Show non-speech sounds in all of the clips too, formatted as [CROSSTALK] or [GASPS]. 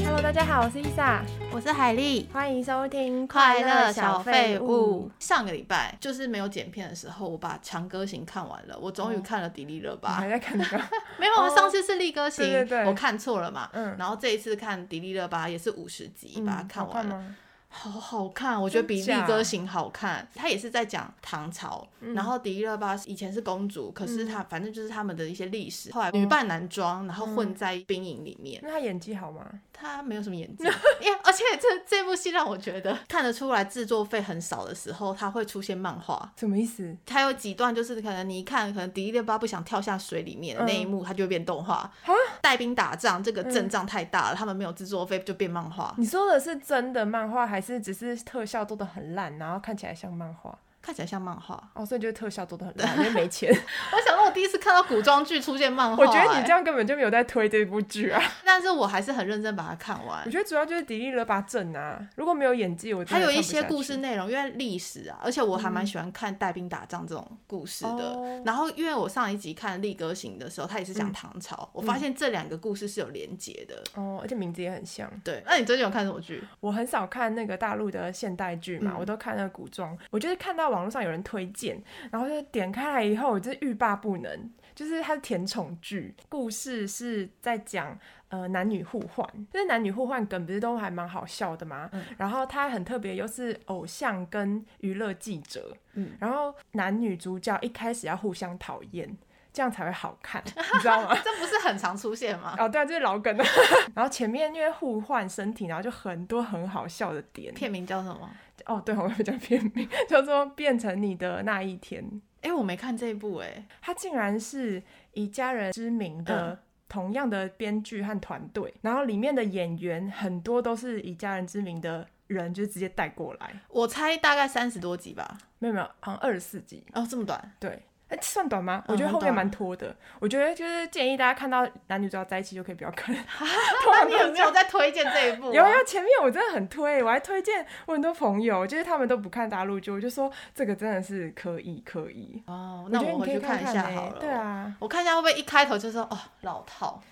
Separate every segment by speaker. Speaker 1: 我是伊萨，
Speaker 2: 我是海丽。
Speaker 1: 欢迎收听《
Speaker 2: 快
Speaker 1: 乐
Speaker 2: 乐小
Speaker 1: 废
Speaker 2: 废物。。上个礼拜就是没有剪片的时候，我把《长歌行》看完了，我终
Speaker 1: 嗯
Speaker 2: 于看了《迪丽热
Speaker 1: 你
Speaker 2: 巴》
Speaker 1: 还在看那
Speaker 2: [LAUGHS]
Speaker 1: 个？
Speaker 2: 没有啊，上次是《力歌行》
Speaker 1: 嗯哦对对对
Speaker 2: 我看错了嘛。
Speaker 1: 嗯
Speaker 2: 然后这一次看《迪丽热巴》也是五十集，把它
Speaker 1: 嗯
Speaker 2: 看
Speaker 1: 好
Speaker 2: 完了，
Speaker 1: 吗？
Speaker 2: 好好看，我觉得比《
Speaker 1: 真假
Speaker 2: 力歌行》好看。它也是在讲唐朝，
Speaker 1: 嗯
Speaker 2: 然后迪丽热巴以前是公主，可是她反正就是他们的一些历
Speaker 1: 嗯
Speaker 2: 史。后来女扮男装，然后混在兵营里面。
Speaker 1: 那他演技好吗？
Speaker 2: 他没有什么演技， [LAUGHS] 因为而且这这部戏让我觉得看得出来制作费很少的时候，它会出现漫画。
Speaker 1: 什么意思？
Speaker 2: 它有几段就是可能你一看，可能迪丽热巴不想跳下水里面
Speaker 1: 嗯
Speaker 2: 的那一幕，它就会变动画。带兵打仗这个阵仗太大了，他们没有制作费就变漫画，
Speaker 1: 你说的是真的漫画，还是只是特效做的很烂，然后看起来像漫画？
Speaker 2: 看起来像
Speaker 1: [LAUGHS]
Speaker 2: 漫画。
Speaker 1: 哦，所以就是特效做的很
Speaker 2: [LAUGHS]
Speaker 1: 烂，因为没钱。
Speaker 2: 我想到我第一次看到古装剧出现漫画、
Speaker 1: 我觉得你这
Speaker 2: 样，
Speaker 1: 样根本就没有在推这部剧啊！
Speaker 2: 但是我还是很认真把它看完
Speaker 1: 我。觉得主要就是迪丽热巴正啊，如果没有演技，我真
Speaker 2: 哎还
Speaker 1: 的
Speaker 2: 有
Speaker 1: 看
Speaker 2: 一
Speaker 1: 不
Speaker 2: 些
Speaker 1: 下
Speaker 2: 故
Speaker 1: 去嗯
Speaker 2: 事内容，因为历史啊，而且我还蛮喜欢看带兵打仗这种故事的。
Speaker 1: 哦嗯
Speaker 2: 然后，因为我上一集看《力歌行》的时候，它也是讲唐朝，我发现这两个故事是有连结的。
Speaker 1: 哦，而且名字也很像。
Speaker 2: 对，那你最近有看什么剧？
Speaker 1: 我很少看那个大陆的现代剧嘛，
Speaker 2: 嗯
Speaker 1: 我都看那个古装。我就是看到网络上有人推荐，然后就点开来以后，我就是欲罢不能。就是它是甜宠剧，故事是在讲呃男女互换，就是男女互换梗不是都还蛮好笑的嘛。然后它很特别，又是偶像跟娱乐记者，
Speaker 2: 嗯
Speaker 1: 然后男女主角一开始要互相讨厌，这样才会好看，你知道吗？
Speaker 2: 这不是很常出现吗？
Speaker 1: 哦，对、啊，这是老梗了。 [LAUGHS] 然后前面因为互换身体，然后就很多很好笑的点。
Speaker 2: 片名叫什么？
Speaker 1: 哦，对，我会讲片名， [LAUGHS] 叫做《变成你的那一天》。
Speaker 2: 哎、我没看这一部哎、
Speaker 1: 它竟然是以家人之名的、
Speaker 2: 嗯
Speaker 1: 同样的编剧和团队，然后里面的演员很多都是以家人之名的人，就直接带过来。
Speaker 2: 我猜大概三十多集吧。
Speaker 1: 没有没有，好像二十四集，
Speaker 2: 哦，这么短？
Speaker 1: 对。哎，算短吗？
Speaker 2: 嗯
Speaker 1: 我觉得后
Speaker 2: 很
Speaker 1: 面
Speaker 2: 短
Speaker 1: 蛮拖的。我觉得就是建议大家看到男女主角在一起就可以不要看。
Speaker 2: 那
Speaker 1: [LAUGHS] 那
Speaker 2: 你有没有在推荐这一部、啊？
Speaker 1: 有有，前面我真的很推，我还推荐我很多朋友，就是他们都不看大陆剧，我就说这个真的是可以可以。
Speaker 2: 哦，那
Speaker 1: 觉得
Speaker 2: 我
Speaker 1: 你可以
Speaker 2: 回去看
Speaker 1: 看
Speaker 2: 一下
Speaker 1: 欸
Speaker 2: 好了。
Speaker 1: 对，啊，
Speaker 2: 我看一下会不会一开头就说哦老套。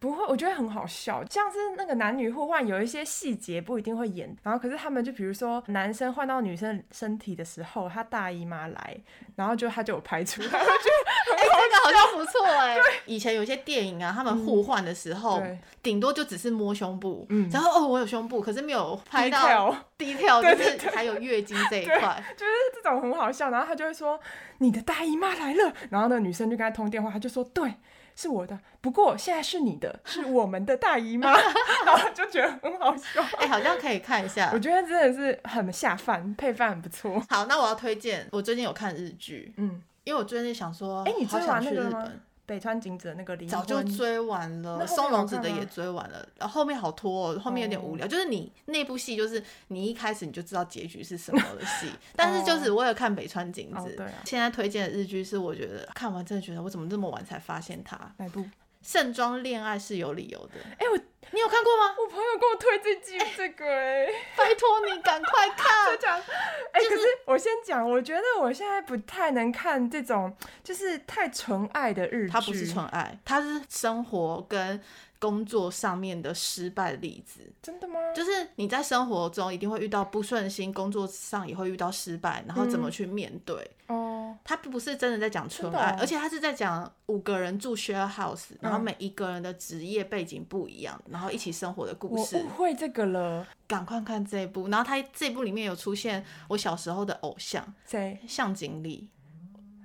Speaker 1: 不会，我觉得很好笑，像是那个男女互换，有一些细节不一定会演，然后可是他们就比如说男生换到女生身体的时候，他大姨妈来，然后就他就有拍出
Speaker 2: [LAUGHS]
Speaker 1: 来，我觉
Speaker 2: 哎、这个好像不错哎、以前有一些电影啊，他们互换的时
Speaker 1: 嗯
Speaker 2: 候
Speaker 1: 对，
Speaker 2: 顶、多就只是摸胸部，
Speaker 1: 嗯
Speaker 2: 然后哦，我有胸部，可是没有拍
Speaker 1: 得
Speaker 2: 到
Speaker 1: detail
Speaker 2: 低调，
Speaker 1: 对
Speaker 2: 就
Speaker 1: 对
Speaker 2: 是还有月经这一
Speaker 1: 对
Speaker 2: 块。
Speaker 1: [LAUGHS] 就是这种很好笑，然后他就会说你的大姨妈来了，然后那个女生就跟他通电话，他就说对，是我的，不过现在是你的，是我们的大姨妈， [LAUGHS] 然后就觉得很好
Speaker 2: [LAUGHS]
Speaker 1: 笑，
Speaker 2: 哎、好像可以看一下
Speaker 1: 我。觉得真的是很下饭，配饭很不错。
Speaker 2: 好，那我要推荐，我最近有看日剧，
Speaker 1: 嗯，
Speaker 2: 因为我最近想说，
Speaker 1: 哎、你
Speaker 2: 好
Speaker 1: 追
Speaker 2: 想
Speaker 1: 完
Speaker 2: 去
Speaker 1: 那个
Speaker 2: 日
Speaker 1: 了吗
Speaker 2: 本。？
Speaker 1: 北川景子的那个离婚，
Speaker 2: 早就追完了，
Speaker 1: 那后面
Speaker 2: 松隆
Speaker 1: 好
Speaker 2: 子
Speaker 1: 看
Speaker 2: 的
Speaker 1: 吗
Speaker 2: 也追完了，呃然后后面好拖、哦，后面有点无聊。就是你那部戏，就是你一开始你就知道结局是什么
Speaker 1: [LAUGHS]
Speaker 2: 的戏，但是就是为了看北川景子，
Speaker 1: 哦对啊
Speaker 2: 现在推荐的日剧是我觉得看完真的觉得我怎么这么晚才发现它，《
Speaker 1: 哪一部？
Speaker 2: 盛装恋爱》是有理由的。
Speaker 1: 哎、我
Speaker 2: 你有看过吗？ [LAUGHS]
Speaker 1: 我朋友跟我推这剧这个哎、
Speaker 2: 拜托你赶快看
Speaker 1: 就！讲，哎、可是我先讲，我觉得我现在不太能看这种就是太纯爱的日剧，
Speaker 2: 它不是纯爱，它是生活跟工作上面的失败例子。
Speaker 1: 真的吗？
Speaker 2: 就是你在生活中一定会遇到不顺心，工作上也会遇到失败，然后怎么去面对。
Speaker 1: 哦，
Speaker 2: 他不是真的在讲纯
Speaker 1: 嗯真的
Speaker 2: 爱，
Speaker 1: 哦
Speaker 2: 而且他是在讲五个人住 share house，、然后
Speaker 1: 嗯
Speaker 2: 每一个人的职业背景不一样，然后一起生活的故
Speaker 1: 我
Speaker 2: 事
Speaker 1: 误。会这个了，
Speaker 2: 赶快看这一部，然后他这一部里面有出现我小时候的偶像
Speaker 1: 谁？
Speaker 2: 向
Speaker 1: [LAUGHS]
Speaker 2: 井理，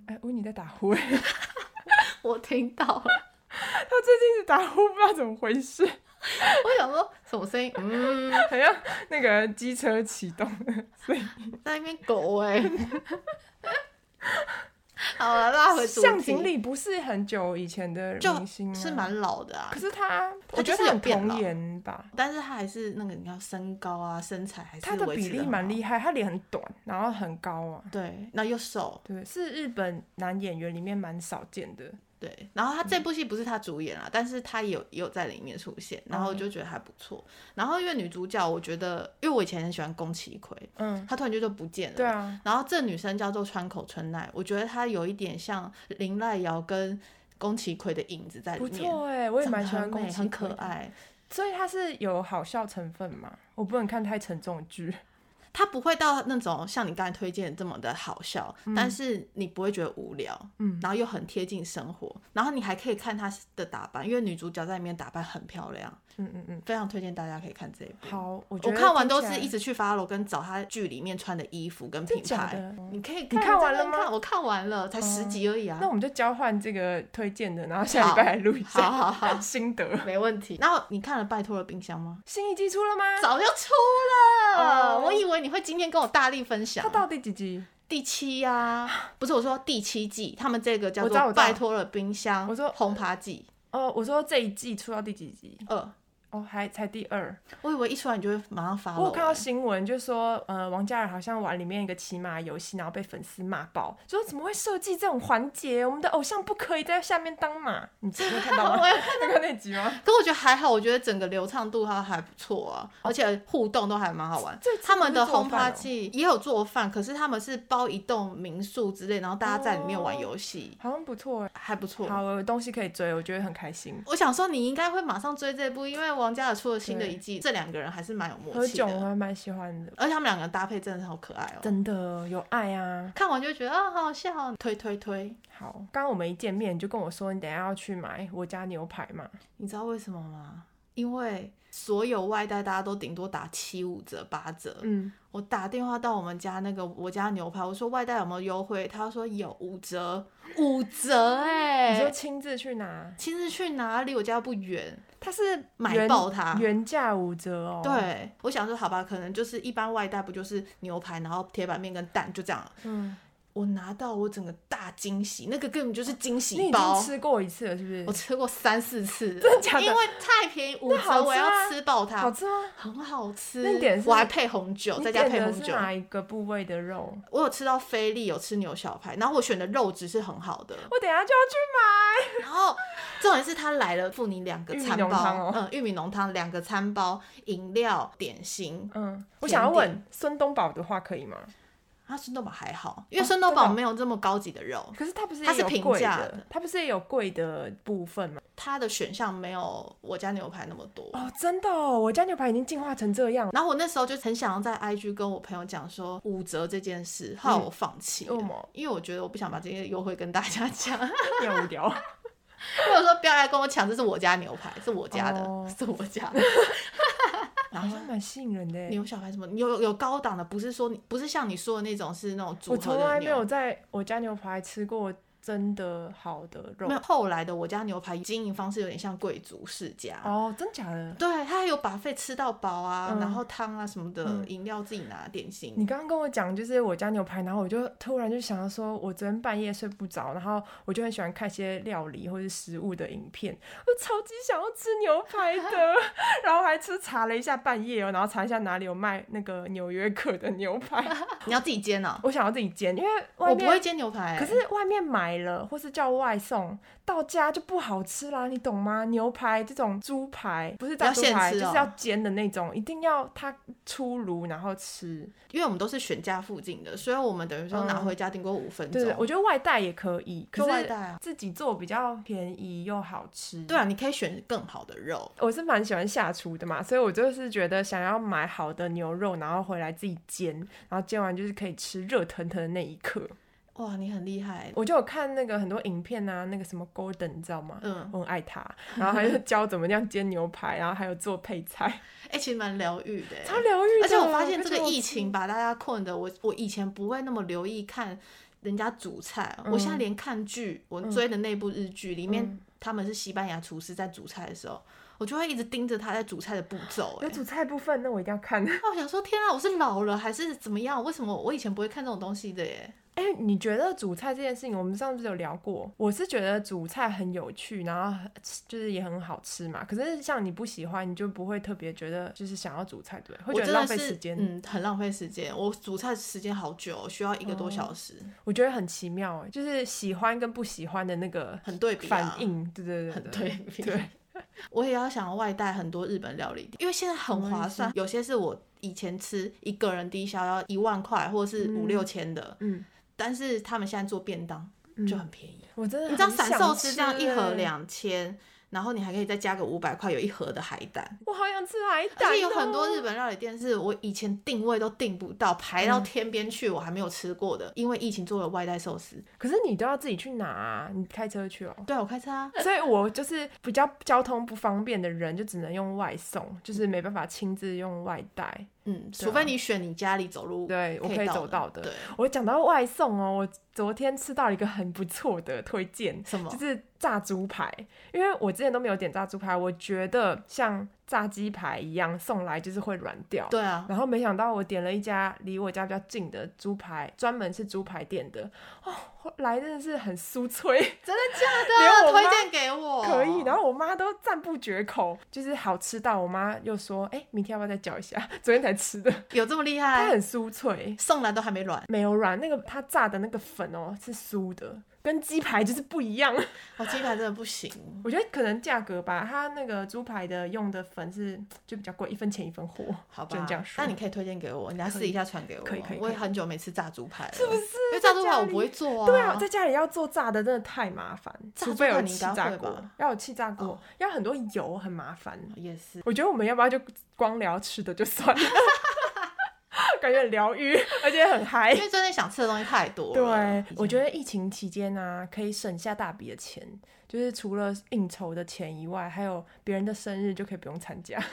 Speaker 1: 哎，维尼在打呼，哎 [LAUGHS]
Speaker 2: 我听到了，
Speaker 1: 他最近是打呼，不知道怎么回事， [LAUGHS]
Speaker 2: 我想说什么声音？嗯，
Speaker 1: 好像那个机车启动了，所以
Speaker 2: 在那边狗
Speaker 1: [LAUGHS]
Speaker 2: 哎、好了，拉回主
Speaker 1: 向
Speaker 2: 题
Speaker 1: 井理不是很久以前的明星吗
Speaker 2: 就是，蛮老的啊，
Speaker 1: 可是他，
Speaker 2: 他
Speaker 1: 我
Speaker 2: 就
Speaker 1: 觉得
Speaker 2: 是
Speaker 1: 他
Speaker 2: 有
Speaker 1: 很
Speaker 2: 变老
Speaker 1: 童颜吧，
Speaker 2: 但是他还是那个，你看身高啊、身材还是
Speaker 1: 他的
Speaker 2: 维持
Speaker 1: 比
Speaker 2: 得
Speaker 1: 例
Speaker 2: 很
Speaker 1: 蛮
Speaker 2: 好
Speaker 1: 厉害，他脸很短，然后很高啊。
Speaker 2: 对，那又瘦，
Speaker 1: 对，是日本男演员里面蛮少见的。
Speaker 2: 对。然后他
Speaker 1: 嗯
Speaker 2: 这部戏不是他主演啦，啊但是他也有也有在里面出现，然后
Speaker 1: 哦
Speaker 2: 我就觉得还不错。然后因为女主角，我觉得因为我以前很喜欢宫崎葵，
Speaker 1: 嗯，
Speaker 2: 她突然就就不见了。
Speaker 1: 对啊，
Speaker 2: 然后这女生叫做川口春奈，我觉得她有一点像林濑遥跟宫崎葵的影子在里
Speaker 1: 不
Speaker 2: 面，
Speaker 1: 错哎，我也
Speaker 2: 长得
Speaker 1: 蛮喜欢
Speaker 2: 很
Speaker 1: 宫
Speaker 2: 美，
Speaker 1: 崎
Speaker 2: 很可
Speaker 1: 葵的。
Speaker 2: 爱。
Speaker 1: 所以它是有好笑成分嘛？我不能看太沉重的剧，
Speaker 2: 它不会到那种像你刚才推荐的这么的好笑，但是你不会觉得无聊，
Speaker 1: 嗯，
Speaker 2: 然后又很贴近生活，然后你还可以看她的打扮，因为女主角在里面打扮很漂亮，
Speaker 1: 嗯嗯嗯。
Speaker 2: 非常推荐大家可以看这一部。
Speaker 1: 好，我觉
Speaker 2: 我
Speaker 1: 得
Speaker 2: 看完都
Speaker 1: 听起
Speaker 2: 是
Speaker 1: 来
Speaker 2: 一直去 follow 跟找她剧里面穿的衣服跟
Speaker 1: 真
Speaker 2: 品
Speaker 1: 的假
Speaker 2: 牌。
Speaker 1: 的。
Speaker 2: 你可以
Speaker 1: 你看完
Speaker 2: 真的
Speaker 1: 了吗哦
Speaker 2: 看我看完了，才十集而已啊。
Speaker 1: 那我们就交换这个推荐的，然后下礼拜来录一
Speaker 2: 好
Speaker 1: 下
Speaker 2: 好好，
Speaker 1: [LAUGHS] 心得。
Speaker 2: 没问题。然后你看了《拜托了冰箱》吗？
Speaker 1: 新一季出了吗？
Speaker 2: 早就出了
Speaker 1: 哦
Speaker 2: 我以为你会今天跟我大力分享
Speaker 1: 它。到第几集？
Speaker 2: 第七呀、
Speaker 1: [GASPS]
Speaker 2: 不是我说第七季，他们这个叫
Speaker 1: 我知
Speaker 2: 做
Speaker 1: 道
Speaker 2: 《
Speaker 1: 我知道
Speaker 2: 拜托了冰箱》，
Speaker 1: 我说
Speaker 2: 红爬季
Speaker 1: 哦，我说这一季出到第几集？
Speaker 2: 二。
Speaker 1: 哦，还才第二。
Speaker 2: 我以为一出来你就会马上发
Speaker 1: 我有看到
Speaker 2: 了。
Speaker 1: 新闻，就说呃，王嘉尔好像玩里面一个骑马游戏，然后被粉丝骂爆，就说怎么会设计这种环节？我们的偶像不可以在下面当马。 [LAUGHS] 你你有看到吗？
Speaker 2: 我有
Speaker 1: [LAUGHS] 你有看那集吗？
Speaker 2: 可我觉得还好，我觉得整个流畅度它还不错啊，而且互动都还蛮好玩。
Speaker 1: 哦这次
Speaker 2: 他们的
Speaker 1: 不是做
Speaker 2: 轰
Speaker 1: 饭
Speaker 2: 趴
Speaker 1: 哦
Speaker 2: 季也有做饭，可是他们是包一栋民宿之类，然后大家在里面玩游戏，
Speaker 1: 好像不错哎。
Speaker 2: 还不错。
Speaker 1: 好，我有东西可以追，我觉得很开心。
Speaker 2: 我想说你应该会马上追这部，因为王嘉尔出了新的
Speaker 1: 对
Speaker 2: 一季，这两个人还是蛮有默
Speaker 1: 何
Speaker 2: 契
Speaker 1: 炅我
Speaker 2: 的，
Speaker 1: 还蛮喜欢的，
Speaker 2: 而且他们两个人搭配真的是好可爱哦、
Speaker 1: 真的有爱啊。
Speaker 2: 看完就觉得啊，好好笑哦，推推推，
Speaker 1: 好，刚刚我们一见面你就跟我说你等一下要去买我家牛排嘛，
Speaker 2: 你知道为什么吗？因为所有外带大家都顶多打七五折、八折。
Speaker 1: 嗯，
Speaker 2: 我打电话到我们家那个我家牛排，我说外带有没有优惠？他说有五折，五折
Speaker 1: 你
Speaker 2: 哎、
Speaker 1: 就亲自去拿，
Speaker 2: 亲自去哪里？我家不远，
Speaker 1: 它是
Speaker 2: 买
Speaker 1: 原
Speaker 2: 爆它。
Speaker 1: 原价五折哦。，
Speaker 2: 对，我想说好吧，可能就是一般外带不就是牛排，然后铁板面跟蛋就这样了。
Speaker 1: 嗯，
Speaker 2: 我拿到我整个大惊喜，那个根本就是惊
Speaker 1: 你
Speaker 2: 喜
Speaker 1: 已
Speaker 2: 包
Speaker 1: 经。吃过一次了，是不是
Speaker 2: 我？吃过三四次了，
Speaker 1: 真的假的
Speaker 2: 因为太便宜，五
Speaker 1: 那好
Speaker 2: 折
Speaker 1: 吃
Speaker 2: 我
Speaker 1: 啊
Speaker 2: 要吃爆
Speaker 1: 好
Speaker 2: 它，
Speaker 1: 吃吗？
Speaker 2: 很好吃。
Speaker 1: 那你点的是
Speaker 2: 我还配红酒，
Speaker 1: 你
Speaker 2: 再加
Speaker 1: 点
Speaker 2: 哦配
Speaker 1: 的
Speaker 2: 红
Speaker 1: 是
Speaker 2: 酒。
Speaker 1: 哪一个部位的肉？
Speaker 2: 我有吃到菲力，有吃牛小排，然后我选的肉质是很好
Speaker 1: [LAUGHS]
Speaker 2: 的，
Speaker 1: 我等一下就要去买。
Speaker 2: 然后重点是他来了付你两个
Speaker 1: 玉米
Speaker 2: 餐
Speaker 1: 浓汤
Speaker 2: 包
Speaker 1: 哦，
Speaker 2: 嗯，玉米浓汤两个餐包，饮料点心。
Speaker 1: 嗯，我想要问孙东宝的话可以吗？
Speaker 2: 啊，孙豆宝还好，因为
Speaker 1: 哦
Speaker 2: 孙豆
Speaker 1: 真的
Speaker 2: 宝
Speaker 1: 哦
Speaker 2: 没有这么高级的肉，
Speaker 1: 可是它不是
Speaker 2: 它
Speaker 1: 也
Speaker 2: 是
Speaker 1: 有
Speaker 2: 平
Speaker 1: 贵
Speaker 2: 价的
Speaker 1: 的，它不是也有贵的部分吗？
Speaker 2: 它的选项没有我家牛排那么多。
Speaker 1: 哦，真的哦，我家牛排已经进化成这样了，
Speaker 2: 然后我那时候就很想要在 IG 跟我朋友讲说五折这件事，后来
Speaker 1: 嗯
Speaker 2: 我放弃了，
Speaker 1: 为什么
Speaker 2: 因为我觉得我不想把这些优惠跟大家讲，因
Speaker 1: 有点无
Speaker 2: [LAUGHS]
Speaker 1: 聊。
Speaker 2: 为我说不要来跟我抢，这是我家牛排，是我家的，
Speaker 1: 哦
Speaker 2: 是我家的。然
Speaker 1: 好
Speaker 2: 后
Speaker 1: 像蛮吸引人的耶。欸
Speaker 2: 牛小排什么有有有高档的，不是说你不是像你说的那种是那种组
Speaker 1: 我
Speaker 2: 合
Speaker 1: 从
Speaker 2: 的
Speaker 1: 来没有
Speaker 2: 牛。
Speaker 1: 在我家牛排吃过真的好的肉
Speaker 2: 没。有，后来的我家牛排经营方式有点像贵族世家，
Speaker 1: 哦，真假的？
Speaker 2: 对，它还有把费吃到饱啊，
Speaker 1: 嗯
Speaker 2: 然后汤啊什么的，
Speaker 1: 嗯
Speaker 2: 饮料自己拿，点心。
Speaker 1: 你刚刚跟我讲就是我家牛排，然后我就突然就想到说，我昨天半夜睡不着，然后我就很喜欢看一些料理或是食物的影片，我超级想要吃牛排
Speaker 2: [LAUGHS]
Speaker 1: 的，然后还吃查了一下半夜哦，然后查一下哪里有卖那个纽约客的牛
Speaker 2: [LAUGHS]
Speaker 1: 排，
Speaker 2: 你要自己煎哦，
Speaker 1: 我想要自己煎，因为外
Speaker 2: 我不会
Speaker 1: 面。
Speaker 2: 煎牛排欸、
Speaker 1: 可是外面买了，或是叫外送到家就不好吃啦，你懂吗？牛排这种猪排不是炸
Speaker 2: 要
Speaker 1: 猪
Speaker 2: 现
Speaker 1: 排，
Speaker 2: 吃
Speaker 1: 就
Speaker 2: 哦
Speaker 1: 是要煎的那种，一定要它出炉然后吃。
Speaker 2: 因为我们都是选家附近的，所以我们等于说拿回家顶多五分钟。
Speaker 1: 嗯对对，我觉得外带也可以，可
Speaker 2: 就外
Speaker 1: 是
Speaker 2: 带啊。
Speaker 1: 自己做比较便宜又好吃。
Speaker 2: 对啊，你可以选更好的肉。
Speaker 1: 我是蛮喜欢下厨的嘛，所以我就是觉得想要买好的牛肉，然后回来自己煎，然后煎完就是可以吃热腾腾的那一刻。
Speaker 2: 哇，你很厉害。
Speaker 1: 我就有看那个很多影片啊，那个什么 Golden，你知道吗？
Speaker 2: 嗯，
Speaker 1: 我很爱他，然后他就教怎么样煎牛排，然后还有做配
Speaker 2: [LAUGHS]
Speaker 1: 菜，
Speaker 2: 哎、其实蛮疗愈的欸。
Speaker 1: 超疗愈的。
Speaker 2: 而且我发现这
Speaker 1: 就
Speaker 2: 个
Speaker 1: 觉得
Speaker 2: 疫情把大家困的，我我以前不会那么留意看人家煮菜，我
Speaker 1: 嗯
Speaker 2: 现在连看剧，我追的那部日剧里面、他们是西班牙厨师在煮菜的时候，我就会一直盯着他在煮菜的步骤、
Speaker 1: 有
Speaker 2: 哎，
Speaker 1: 主菜部分，那我一定要看。
Speaker 2: 那我想说，天啊，我是老了还是怎么样？为什么我以前不会看这种东西的耶？
Speaker 1: 哎、你觉得煮菜这件事情，我们上次有聊过。我是觉得煮菜很有趣，然后就是也很好吃嘛。可是像你不喜欢，你就不会特别觉得就是想要煮菜，对不对？会
Speaker 2: 我
Speaker 1: 觉
Speaker 2: 真
Speaker 1: 得
Speaker 2: 的
Speaker 1: 浪费
Speaker 2: 是
Speaker 1: 时间。
Speaker 2: 嗯，很浪费时间。我煮菜时间好久，哦需要一
Speaker 1: 哦
Speaker 2: 个多小时，
Speaker 1: 我觉得很奇妙、哎，就是喜欢跟不喜欢的那个
Speaker 2: 很对比、啊，
Speaker 1: 反应，对对对
Speaker 2: 很
Speaker 1: 对
Speaker 2: 对比。
Speaker 1: 对，
Speaker 2: [LAUGHS] 我也要想要外带很多日本料理，因为现在很划算，有些是我以前吃一个人低消要一万块，或者是五六千的，
Speaker 1: 嗯，
Speaker 2: 但是他们现在做便当就很便宜，
Speaker 1: 我真的
Speaker 2: 你知道
Speaker 1: 很
Speaker 2: 散
Speaker 1: 想
Speaker 2: 寿司这样一盒
Speaker 1: 吃哎
Speaker 2: 两千。然后你还可以再加个五百块，有一盒的海胆。
Speaker 1: 我好想吃海胆、
Speaker 2: 而
Speaker 1: 哦，
Speaker 2: 且有很多日本料理店是我以前定位都定不到，排
Speaker 1: 嗯
Speaker 2: 到天边去，我还没有吃过的，因为疫情做了外带寿司。
Speaker 1: 可是你都要自己去拿、啊你开车去哦。
Speaker 2: 对，我开车啊，
Speaker 1: 所以我就是比较交通不方便的人，就只能用外送，就是没办法亲自用外带。
Speaker 2: 嗯，除非你选你家里走路
Speaker 1: 啊对我可以
Speaker 2: 到
Speaker 1: 走到的
Speaker 2: 对，
Speaker 1: 我讲到外送哦，我昨天吃到一个很不错的推荐，
Speaker 2: 什么
Speaker 1: 就是炸猪排，因为我之前都没有点炸猪排，我觉得像炸鸡排一样送来就是会软掉。
Speaker 2: 对啊，
Speaker 1: 然后没想到我点了一家离我家比较近的猪排，专门是猪排店的哦，来真的是很酥脆。
Speaker 2: 真的假
Speaker 1: 连
Speaker 2: 的？
Speaker 1: 我妈
Speaker 2: 推荐给我，
Speaker 1: 可以，然后我妈都赞不绝口，就是好吃到我妈又说，哎、明天要不要再叫一下？昨天才吃的，
Speaker 2: 有这么厉
Speaker 1: 它
Speaker 2: 害？
Speaker 1: 很酥脆，
Speaker 2: 送来都还没软，
Speaker 1: 没有软，那个它炸的那个粉哦是酥的，跟鸡排就是不一样。 [LAUGHS]
Speaker 2: 我哦鸡排真的不行，
Speaker 1: 我觉得可能价格吧，它那个猪排的用的粉是就比较贵，一分钱一分货，
Speaker 2: 好
Speaker 1: 只
Speaker 2: 吧
Speaker 1: 能这样？说。
Speaker 2: 那你可以推荐给我，你来私底下传给我，
Speaker 1: 可以可以
Speaker 2: 我也
Speaker 1: 可以
Speaker 2: 很久没吃炸猪排了，
Speaker 1: 是不是
Speaker 2: 因为炸猪
Speaker 1: 在
Speaker 2: 排
Speaker 1: 家
Speaker 2: 我
Speaker 1: 里
Speaker 2: 不会做啊，
Speaker 1: 对啊，在家里要做炸的真的太麻烦，
Speaker 2: 炸
Speaker 1: 除
Speaker 2: 猪
Speaker 1: 非
Speaker 2: 排
Speaker 1: 有
Speaker 2: 你应
Speaker 1: 气
Speaker 2: 该会
Speaker 1: 炸
Speaker 2: 吧哦
Speaker 1: 锅，要有气炸锅，要很多油，很麻烦。
Speaker 2: 也是。
Speaker 1: 我觉得我们要不要就光聊吃的就算
Speaker 2: [LAUGHS]
Speaker 1: 了，感觉很疗愈，而且很嗨
Speaker 2: 因。为最近想吃的东西太多了
Speaker 1: 啊
Speaker 2: 嗯
Speaker 1: 对，，我觉得疫情期间呢、可以省下大笔的钱，就是除了应酬的钱以外，还有别人的生日就可以不用参加。 [LAUGHS]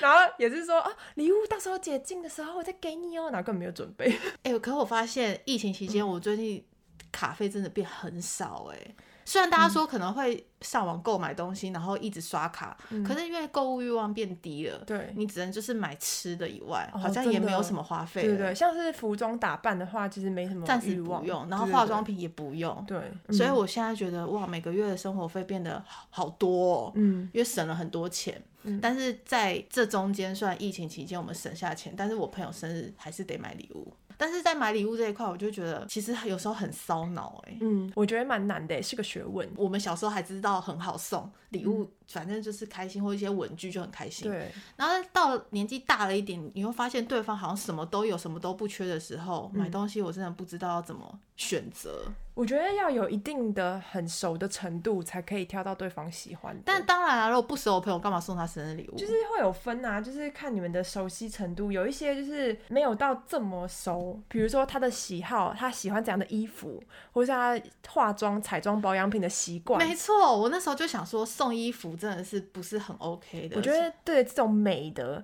Speaker 1: 然后也是说啊，礼物到时候解禁的时候我再给你哦，哪根本没有准备。
Speaker 2: 哎、可我发现疫情期
Speaker 1: 嗯
Speaker 2: 间，我最近卡费真的变很少哎、虽然大
Speaker 1: 嗯
Speaker 2: 家说可能会上网购买东西，然后一直刷卡， [LAUGHS]
Speaker 1: 嗯
Speaker 2: 可是因为购物欲望变低了，
Speaker 1: 对
Speaker 2: 你只能就是买吃的以外，
Speaker 1: 哦
Speaker 2: 好像也
Speaker 1: 真的
Speaker 2: 没有什么花费
Speaker 1: 对对对，
Speaker 2: 了，
Speaker 1: 像是服装打扮的话，其实没什么
Speaker 2: 暂
Speaker 1: 欲
Speaker 2: 时
Speaker 1: 望
Speaker 2: 不用，然后
Speaker 1: 对
Speaker 2: 化妆品也不用，
Speaker 1: 对对，嗯对
Speaker 2: 所以我现在觉得哇，每个月的生活费变得好好多、哦，
Speaker 1: 嗯，
Speaker 2: 因为省了很多钱。但是在这中间，虽然疫情期间我们省下钱，但是我朋友生日还是得买礼物。但是在买礼物这一块，我就觉得其实有时候很烧脑哎。
Speaker 1: 嗯，我觉得蛮难的，是个学问。
Speaker 2: 我们小时候还知道很好送礼物，反正就是开心或一些文具就很开
Speaker 1: 嗯
Speaker 2: 心。
Speaker 1: 对，
Speaker 2: 然后到了年纪大了一点，你会发现对方好像什么都有，什么都不缺的时候，
Speaker 1: 嗯
Speaker 2: 买东西我真的不知道要怎么选择。
Speaker 1: 我觉得要有一定的很熟的程度，才可以挑到对方喜欢的。
Speaker 2: 但当然啊了、如果不熟的朋友，干嘛送他生日礼物？
Speaker 1: 就是会有分啊，就是看你们的熟悉程度。有一些就是没有到这么熟，比如说他的喜好，他喜欢怎样的衣服，或是他化妆、彩妆、保养品的习惯。
Speaker 2: 没错，我那时候就想说，送衣服真的是不是很 OK 的。
Speaker 1: 我觉得对这种美的，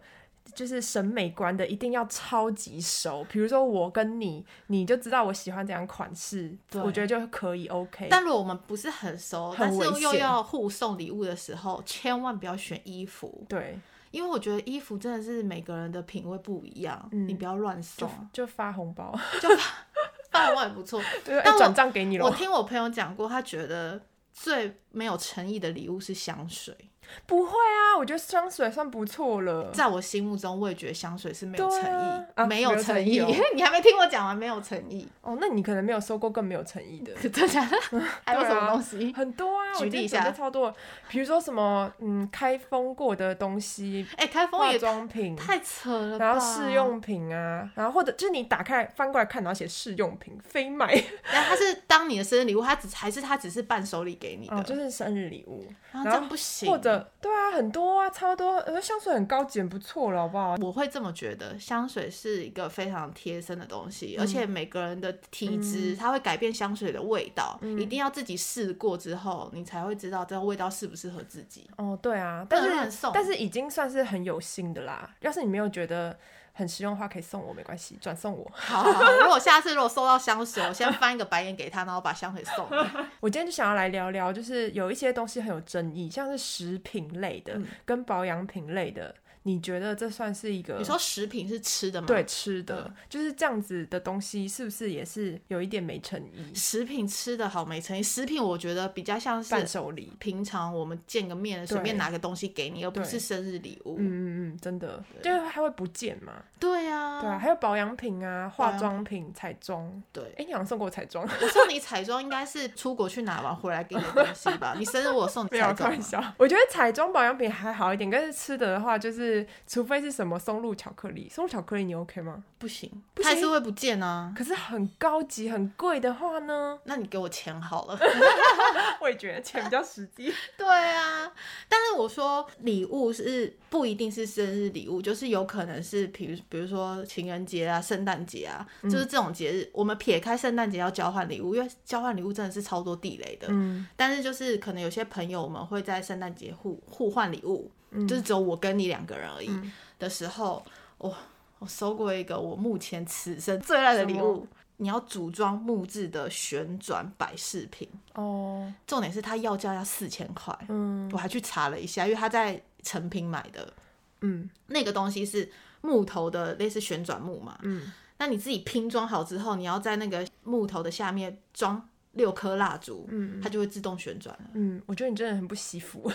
Speaker 1: 就是审美观的，一定要超级熟。比如说我跟你，你就知道我喜欢怎样款式，
Speaker 2: 对
Speaker 1: 我觉得就可以 OK。
Speaker 2: 但如果我们不是很熟，
Speaker 1: 很
Speaker 2: 但
Speaker 1: 危
Speaker 2: 是又
Speaker 1: 险
Speaker 2: 要互送礼物的时候，千万不要选衣服，
Speaker 1: 对，
Speaker 2: 因为我觉得衣服真的是每个人的品味不一样，你不要乱
Speaker 1: 就
Speaker 2: 送。
Speaker 1: 嗯就发红包，
Speaker 2: 饭碗也不错，
Speaker 1: 对，哎
Speaker 2: 但我
Speaker 1: 转账给你
Speaker 2: 我
Speaker 1: 了。
Speaker 2: 听我朋友讲过，他觉得最没有诚意的礼物是香水。
Speaker 1: 不会啊，我觉得香水算不错了。
Speaker 2: 在我心目中，我也觉得香水是没有诚
Speaker 1: 对
Speaker 2: 意
Speaker 1: 啊，啊
Speaker 2: 没
Speaker 1: 没
Speaker 2: 有
Speaker 1: 有
Speaker 2: 诚
Speaker 1: 诚
Speaker 2: 意。
Speaker 1: 意哦
Speaker 2: 你还没听我讲完，没有诚
Speaker 1: [LAUGHS]
Speaker 2: 意，
Speaker 1: 哦，那你可能没有收过更没有诚意的。
Speaker 2: 真的假的？还有
Speaker 1: 对
Speaker 2: 什么
Speaker 1: 啊
Speaker 2: 东西？
Speaker 1: 很多啊，我觉
Speaker 2: 举例
Speaker 1: 得
Speaker 2: 一下
Speaker 1: 准备超多，比如说什么嗯开封过的东西，
Speaker 2: 哎、开封
Speaker 1: 化
Speaker 2: 也
Speaker 1: 妆品，
Speaker 2: 太扯了吧，
Speaker 1: 然后试用品啊，然后或者就是你打开翻过来看，然后写试用品，非买
Speaker 2: 然后他是当你的生日礼物，他只还是他只是伴手礼给你的，
Speaker 1: 哦，就是生日礼物，
Speaker 2: 然
Speaker 1: 然
Speaker 2: 后这
Speaker 1: 后
Speaker 2: 样不行。
Speaker 1: 或者对啊，很多啊，超多，呃，香水很高级，很不错了，好不好？
Speaker 2: 我会这么觉得，香水是一个非常贴身的东西，而且每个人的体质、它会改变香水的味道，一定要自己试过之后，你才会知道这个味道适不适合自己。
Speaker 1: 哦，对啊，
Speaker 2: 不能
Speaker 1: 但
Speaker 2: 乱
Speaker 1: 是
Speaker 2: 送
Speaker 1: 但是已经算是很有心的啦。要是你没有觉得很实用的话，可以送我没关系，转送我。
Speaker 2: 好好好，如果下次如果收到香水，我先翻一个白眼给他，然后把香水送你。
Speaker 1: 我今天就想要来聊聊，就是有一些东西很有争议，像是食品类
Speaker 2: 嗯
Speaker 1: 的、跟保养品类的，你觉得这算是一个？
Speaker 2: 你说嗯食品是吃的吗？
Speaker 1: 对，吃的、就是这样子的东西，是不是也是有一点没诚意？
Speaker 2: 食品吃的好没诚意，食品我觉得比较像是
Speaker 1: 伴手礼，
Speaker 2: 平常我们见个面随便拿个东西给你，而不是生日礼物。
Speaker 1: 嗯嗯嗯，真的，就是它会不见嘛？
Speaker 2: 对呀、
Speaker 1: 对啊，还有保养品啊、化妆品、彩妆。
Speaker 2: 对哦
Speaker 1: 哎、你好像送过我彩妆，
Speaker 2: 我送你彩妆应该是出国去拿完回来给你的
Speaker 1: [LAUGHS]
Speaker 2: 东西吧？你生日我送你
Speaker 1: 没有啊开
Speaker 2: 彩妆啊
Speaker 1: 玩
Speaker 2: 吗，
Speaker 1: 笑。我觉得彩妆保养品还好一点，但是吃的的话，就是就是除非是什么松露巧克力，松露巧克力你 OK 吗？
Speaker 2: 不行，
Speaker 1: 不
Speaker 2: 它还是
Speaker 1: 行
Speaker 2: 会不见啊。
Speaker 1: 可是很高级、很贵的话呢，
Speaker 2: 那你给我钱好
Speaker 1: [LAUGHS]
Speaker 2: 了。
Speaker 1: 我也觉得钱比较实际。
Speaker 2: 对啊，但是我说礼物是不一定是生日礼物，就是有可能是，比如比如说情人节啊、圣诞节啊，就是
Speaker 1: 嗯
Speaker 2: 这种节日，我们撇开圣诞节要交换礼物，因为交换礼物真的是超多地雷的。
Speaker 1: 嗯
Speaker 2: 但是就是可能有些朋友们会在圣诞节互互换礼物，
Speaker 1: 嗯
Speaker 2: 就是只有我跟你两个人而已、的时候，我我收过一个我目前此生最烂的礼
Speaker 1: 什么
Speaker 2: 物，你要组装木质的旋转摆饰品，
Speaker 1: 哦，
Speaker 2: 重点是它要价要四千块，
Speaker 1: 嗯
Speaker 2: 我还去查了一下，因为它在成品买的
Speaker 1: 嗯
Speaker 2: 那个东西是木头的，类似旋转木嘛，
Speaker 1: 嗯，
Speaker 2: 那你自己拼装好之后，你要在那个木头的下面装六颗蜡烛，
Speaker 1: 嗯
Speaker 2: 它就会自动旋转了。
Speaker 1: 嗯，我觉得你真的很不惜福。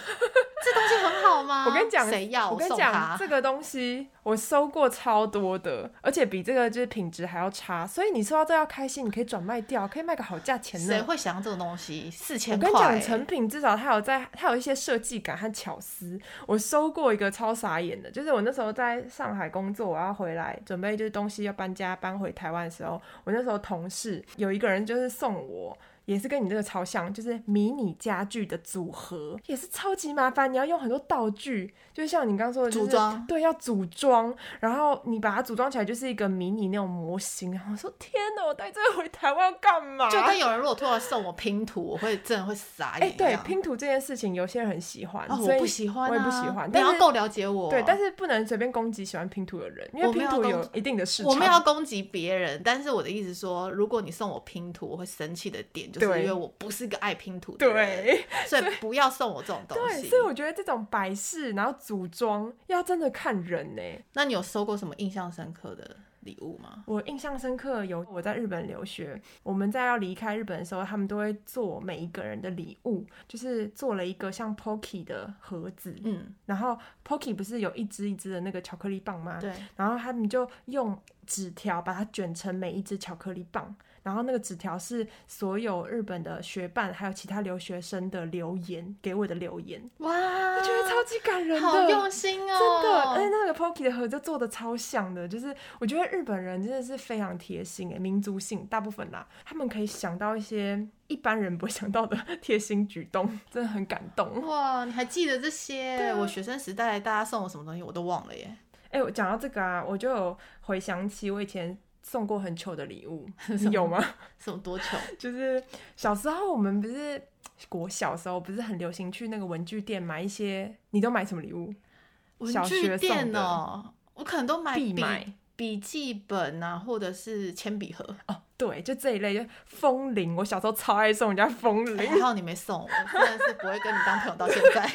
Speaker 2: 这东西很好吗？
Speaker 1: 我跟你讲，
Speaker 2: 谁要
Speaker 1: 啊我跟你
Speaker 2: 送
Speaker 1: 讲，
Speaker 2: 他
Speaker 1: 这个东西我收过超多的，而且比这个就是品质还要差。所以你收到这要开心，你可以转卖掉，可以卖个好价钱
Speaker 2: 谁
Speaker 1: 呢。
Speaker 2: 会想要这种东西？四
Speaker 1: 我
Speaker 2: 千
Speaker 1: 跟你
Speaker 2: 块
Speaker 1: 讲，
Speaker 2: 欸，
Speaker 1: 成品至少它有在，它有一些设计感和巧思。我收过一个超傻眼的，就是我那时候在上海工作，我要回来准备就是东西要搬家搬回台湾的时候，我那时候同事有一个人就是送我。也是跟你这个超像，就是迷你家具的组合，也是超级麻烦。你要用很多道具，就像你刚刚说的、就是，
Speaker 2: 组装
Speaker 1: 对，要组装，然后你把它组装起来就是一个迷你那种模型。然后我说天哪，我带这个回台湾要干嘛？
Speaker 2: 就跟有人如果突然送我拼图，我会真的会傻
Speaker 1: 哎、
Speaker 2: 眼一
Speaker 1: 对
Speaker 2: 样。，
Speaker 1: 拼图这件事情，有些人很喜欢，
Speaker 2: 哦，
Speaker 1: 所以
Speaker 2: 我不喜欢、啊，
Speaker 1: 我也不喜欢。
Speaker 2: 你
Speaker 1: 但
Speaker 2: 要
Speaker 1: 是
Speaker 2: 够了解我，
Speaker 1: 对，但是不能随便攻击喜欢拼图的人，因为
Speaker 2: 我没
Speaker 1: 拼
Speaker 2: 有
Speaker 1: 图
Speaker 2: 攻
Speaker 1: 有
Speaker 2: 击
Speaker 1: 一定的市场。
Speaker 2: 我没有要攻击别人，但是我的意思说，如果你送我拼图，我会生气的点就是
Speaker 1: 对
Speaker 2: 因为我不是个爱拼图的人，
Speaker 1: 对
Speaker 2: 所以不要送我这种东
Speaker 1: 对，
Speaker 2: 西
Speaker 1: 所以。我觉得这种摆饰，然后组装，要真的看人呢、
Speaker 2: 那你有收过什么印象深刻的礼物吗？
Speaker 1: 我印象深刻有我在日本留学，我们在要离开日本的时候，他们都会做每一个人的礼物，就是做了一个像 Pocky 的盒子，
Speaker 2: 嗯，
Speaker 1: 然后 Pocky 不是有一只一只的那个巧克力棒吗？
Speaker 2: 对，
Speaker 1: 然后他们就用纸条把它卷成每一只巧克力棒，然后那个纸条是所有日本的学伴还有其他留学生的留言给我的留言，
Speaker 2: 哇，
Speaker 1: 我觉得超级感人的，
Speaker 2: 好用心哦，
Speaker 1: 真的，而且那个 Pocky 的盒子做的超像的，就是我觉得日本人真的是非常贴心诶，民族性大部分啦，他们可以想到一些一般人不会想到的贴心举动，真的很感动。
Speaker 2: 哇，你还记得这些？
Speaker 1: 对啊
Speaker 2: 我学生时代大家送我什么东西我都忘了耶。
Speaker 1: [LAUGHS] 哎、我讲到这个啊，我就有回想起我以前送过很糗的礼 [LAUGHS] 物，
Speaker 2: 什
Speaker 1: 你
Speaker 2: 么
Speaker 1: 有吗？
Speaker 2: 什么多久？
Speaker 1: 就是小时候我们不是国小时候不是很流行去那个文具店买一些，你都买什么礼物？ [LAUGHS] 小
Speaker 2: 文
Speaker 1: 学
Speaker 2: 具
Speaker 1: 送
Speaker 2: 店
Speaker 1: 的
Speaker 2: 哦，我可能都买
Speaker 1: 必
Speaker 2: 笔
Speaker 1: 买
Speaker 2: 笔记本啊，或者是铅笔盒。
Speaker 1: 哦，对，就这一类，就风铃。我小时候超爱送人家风
Speaker 2: 哎
Speaker 1: 铃，
Speaker 2: 还好你
Speaker 1: [LAUGHS]
Speaker 2: 没送我，真的是不会跟你当朋友到现在。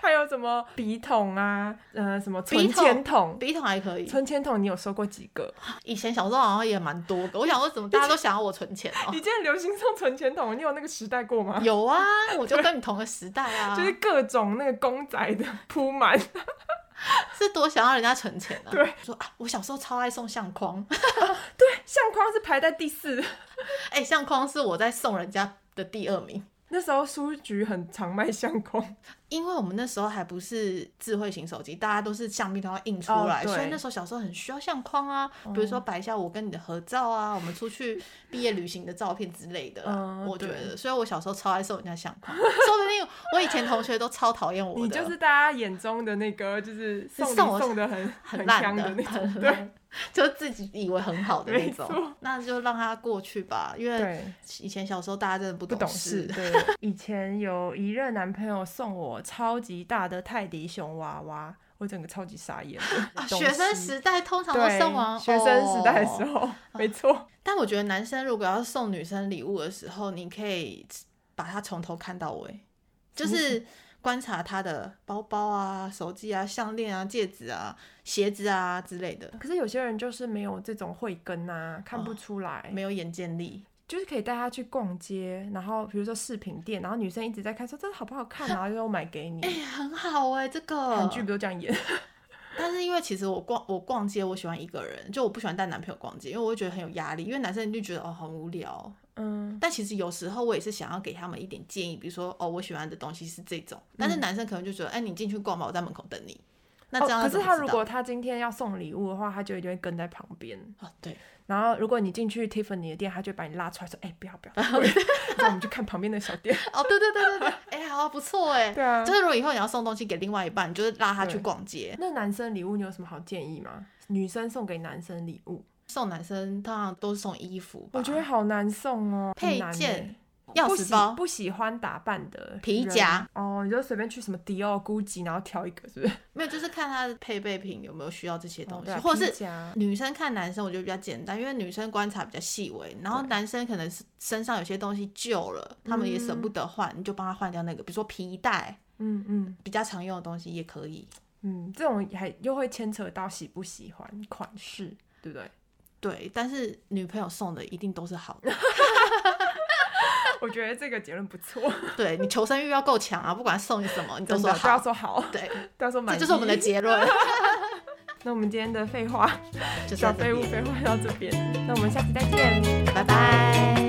Speaker 1: 还有什么笔筒啊，呃，什么存
Speaker 2: 笔筒
Speaker 1: 钱筒。
Speaker 2: 笔筒还
Speaker 1: [LAUGHS]
Speaker 2: 可以，
Speaker 1: 存钱筒你有收过几个？
Speaker 2: 以前小时候好像也蛮多个。我想说，怎么大家都想要我存钱
Speaker 1: [LAUGHS]
Speaker 2: 哦
Speaker 1: 你？今天流行送存钱筒，你有那个时代过吗？
Speaker 2: [LAUGHS] 有啊，我就跟你同个时代
Speaker 1: [LAUGHS]
Speaker 2: 啊，
Speaker 1: 就是各种那个公仔的铺满，
Speaker 2: 是多想要人家存钱啊。
Speaker 1: 对，
Speaker 2: 说啊，我小时候超爱送相框， [LAUGHS]
Speaker 1: 相框是排在第四。
Speaker 2: 哎、相框是我在送人家的第二名。
Speaker 1: 那时候书局很常卖相框，
Speaker 2: 因为我们那时候还不是智慧型手机，大家都是相片都要印出来，
Speaker 1: 哦对哦
Speaker 2: 所以那时候小时候很需要相框啊，比如说摆一下我跟你的合照啊，我们出去毕业旅行的照片之类的啦。
Speaker 1: 嗯
Speaker 2: 我觉
Speaker 1: 对
Speaker 2: 得，所以我小时候超爱送人家相框，说不定我以前同学都超讨厌我的，
Speaker 1: 你就是大家眼中的那个，就是送
Speaker 2: 送
Speaker 1: 你
Speaker 2: 我
Speaker 1: 送的很
Speaker 2: 很
Speaker 1: 香
Speaker 2: 烂
Speaker 1: 的那种，
Speaker 2: 很
Speaker 1: 对
Speaker 2: 烂，就是自己以为很好的那
Speaker 1: 没错
Speaker 2: 种，那就让它过去吧，因为。
Speaker 1: 对，
Speaker 2: 以前小时候大家真的不
Speaker 1: 不懂事。
Speaker 2: 事，
Speaker 1: 对，以前有一任男朋友送我超级大的泰迪熊娃娃，我整个超级傻眼的
Speaker 2: 啊，
Speaker 1: 东
Speaker 2: 学生
Speaker 1: 西
Speaker 2: 时代通常都
Speaker 1: 对
Speaker 2: 送完
Speaker 1: 学生时代的
Speaker 2: 哦
Speaker 1: 时候， [LAUGHS] 没错，
Speaker 2: 但我觉得男生如果要送女生礼物的时候，你可以把它从头看到尾，就是观察她的包包啊、手机啊、项链啊、戒指啊、鞋子啊之类的，
Speaker 1: 可是有些人就是没有这种慧根啊，看不出来，
Speaker 2: 没有眼见力。
Speaker 1: 就是可以带他去逛街，然后比如说饰品店，然后女生一直在看说这好不好看啊，然
Speaker 2: [LAUGHS]
Speaker 1: 后就说我买给你
Speaker 2: 哎、，很好哎、这
Speaker 1: 韩
Speaker 2: 个。
Speaker 1: 剧不都这样演？
Speaker 2: 但是因为其实我逛我逛街，我喜欢一个人，就我不喜欢带男朋友逛街，因为我会觉得很有压力。因为男生就觉得哦很无聊，
Speaker 1: 嗯，
Speaker 2: 但其实有时候我也是想要给他们一点建议，比如说哦我喜欢的东西是这种，但是男生可能就觉得哎、你进去逛吧，我在门口等你。那
Speaker 1: 嗯哦
Speaker 2: 这样、
Speaker 1: 可是他如果他今天要送礼物的话，他就一定会跟在旁边。
Speaker 2: 啊，对，
Speaker 1: 然后如果你进去 Tiffany 的店，他就把你拉出来说：“哎、不要不要，
Speaker 2: [LAUGHS]
Speaker 1: [LAUGHS] 那我们去看旁边的小店。
Speaker 2: 哦，对对对对对，哎、好不错哎”、
Speaker 1: 对啊
Speaker 2: [LAUGHS] 就，是如果以后你要送东西给另外一半，你就是拉他去
Speaker 1: 对
Speaker 2: 逛街。
Speaker 1: 那男生礼物你有什么好建议吗？女生送给男生礼物，
Speaker 2: 送男生通常都是送衣服吧，
Speaker 1: 我觉得好难送哦，
Speaker 2: 配
Speaker 1: 很难
Speaker 2: 件
Speaker 1: 耶、
Speaker 2: 钥
Speaker 1: 不
Speaker 2: 匙
Speaker 1: 喜
Speaker 2: 包
Speaker 1: 不喜欢打扮的
Speaker 2: 皮
Speaker 1: 人
Speaker 2: 夹
Speaker 1: 哦，你就随便去什么迪奥、GUCCI，然后挑一个，是不是？
Speaker 2: 没有，就是看他的配备品有没有需要这些东
Speaker 1: 哦
Speaker 2: 西，
Speaker 1: 对啊
Speaker 2: 或
Speaker 1: 皮
Speaker 2: 者是
Speaker 1: 夹
Speaker 2: 女生看男生，我觉得比较简单，因为女生观察比较细微，然后男生可能是身上有些东西旧了，他们也舍不得换，你就帮他换掉那个，比如说皮带，
Speaker 1: 嗯嗯
Speaker 2: 比较常用的东西也可以。
Speaker 1: 嗯，这种还又会牵扯到喜不喜欢款式，对不对？
Speaker 2: 对，但是女朋友送的一定都是好 [LAUGHS] 的，
Speaker 1: 我觉得这个结论不错，
Speaker 2: 对你求生欲要够强啊，不管送你什么，你都
Speaker 1: 真
Speaker 2: 说
Speaker 1: 的都要
Speaker 2: 好。
Speaker 1: 说好，
Speaker 2: 对，
Speaker 1: 都要说满
Speaker 2: 这
Speaker 1: 意。
Speaker 2: 就是我们的结 [LAUGHS] 论，
Speaker 1: 那我们今天
Speaker 2: [LAUGHS]
Speaker 1: 的废话，
Speaker 2: 就
Speaker 1: 小
Speaker 2: 在这
Speaker 1: 废物
Speaker 2: 里，
Speaker 1: 废话到这边，那我们下期再见。
Speaker 2: 拜拜。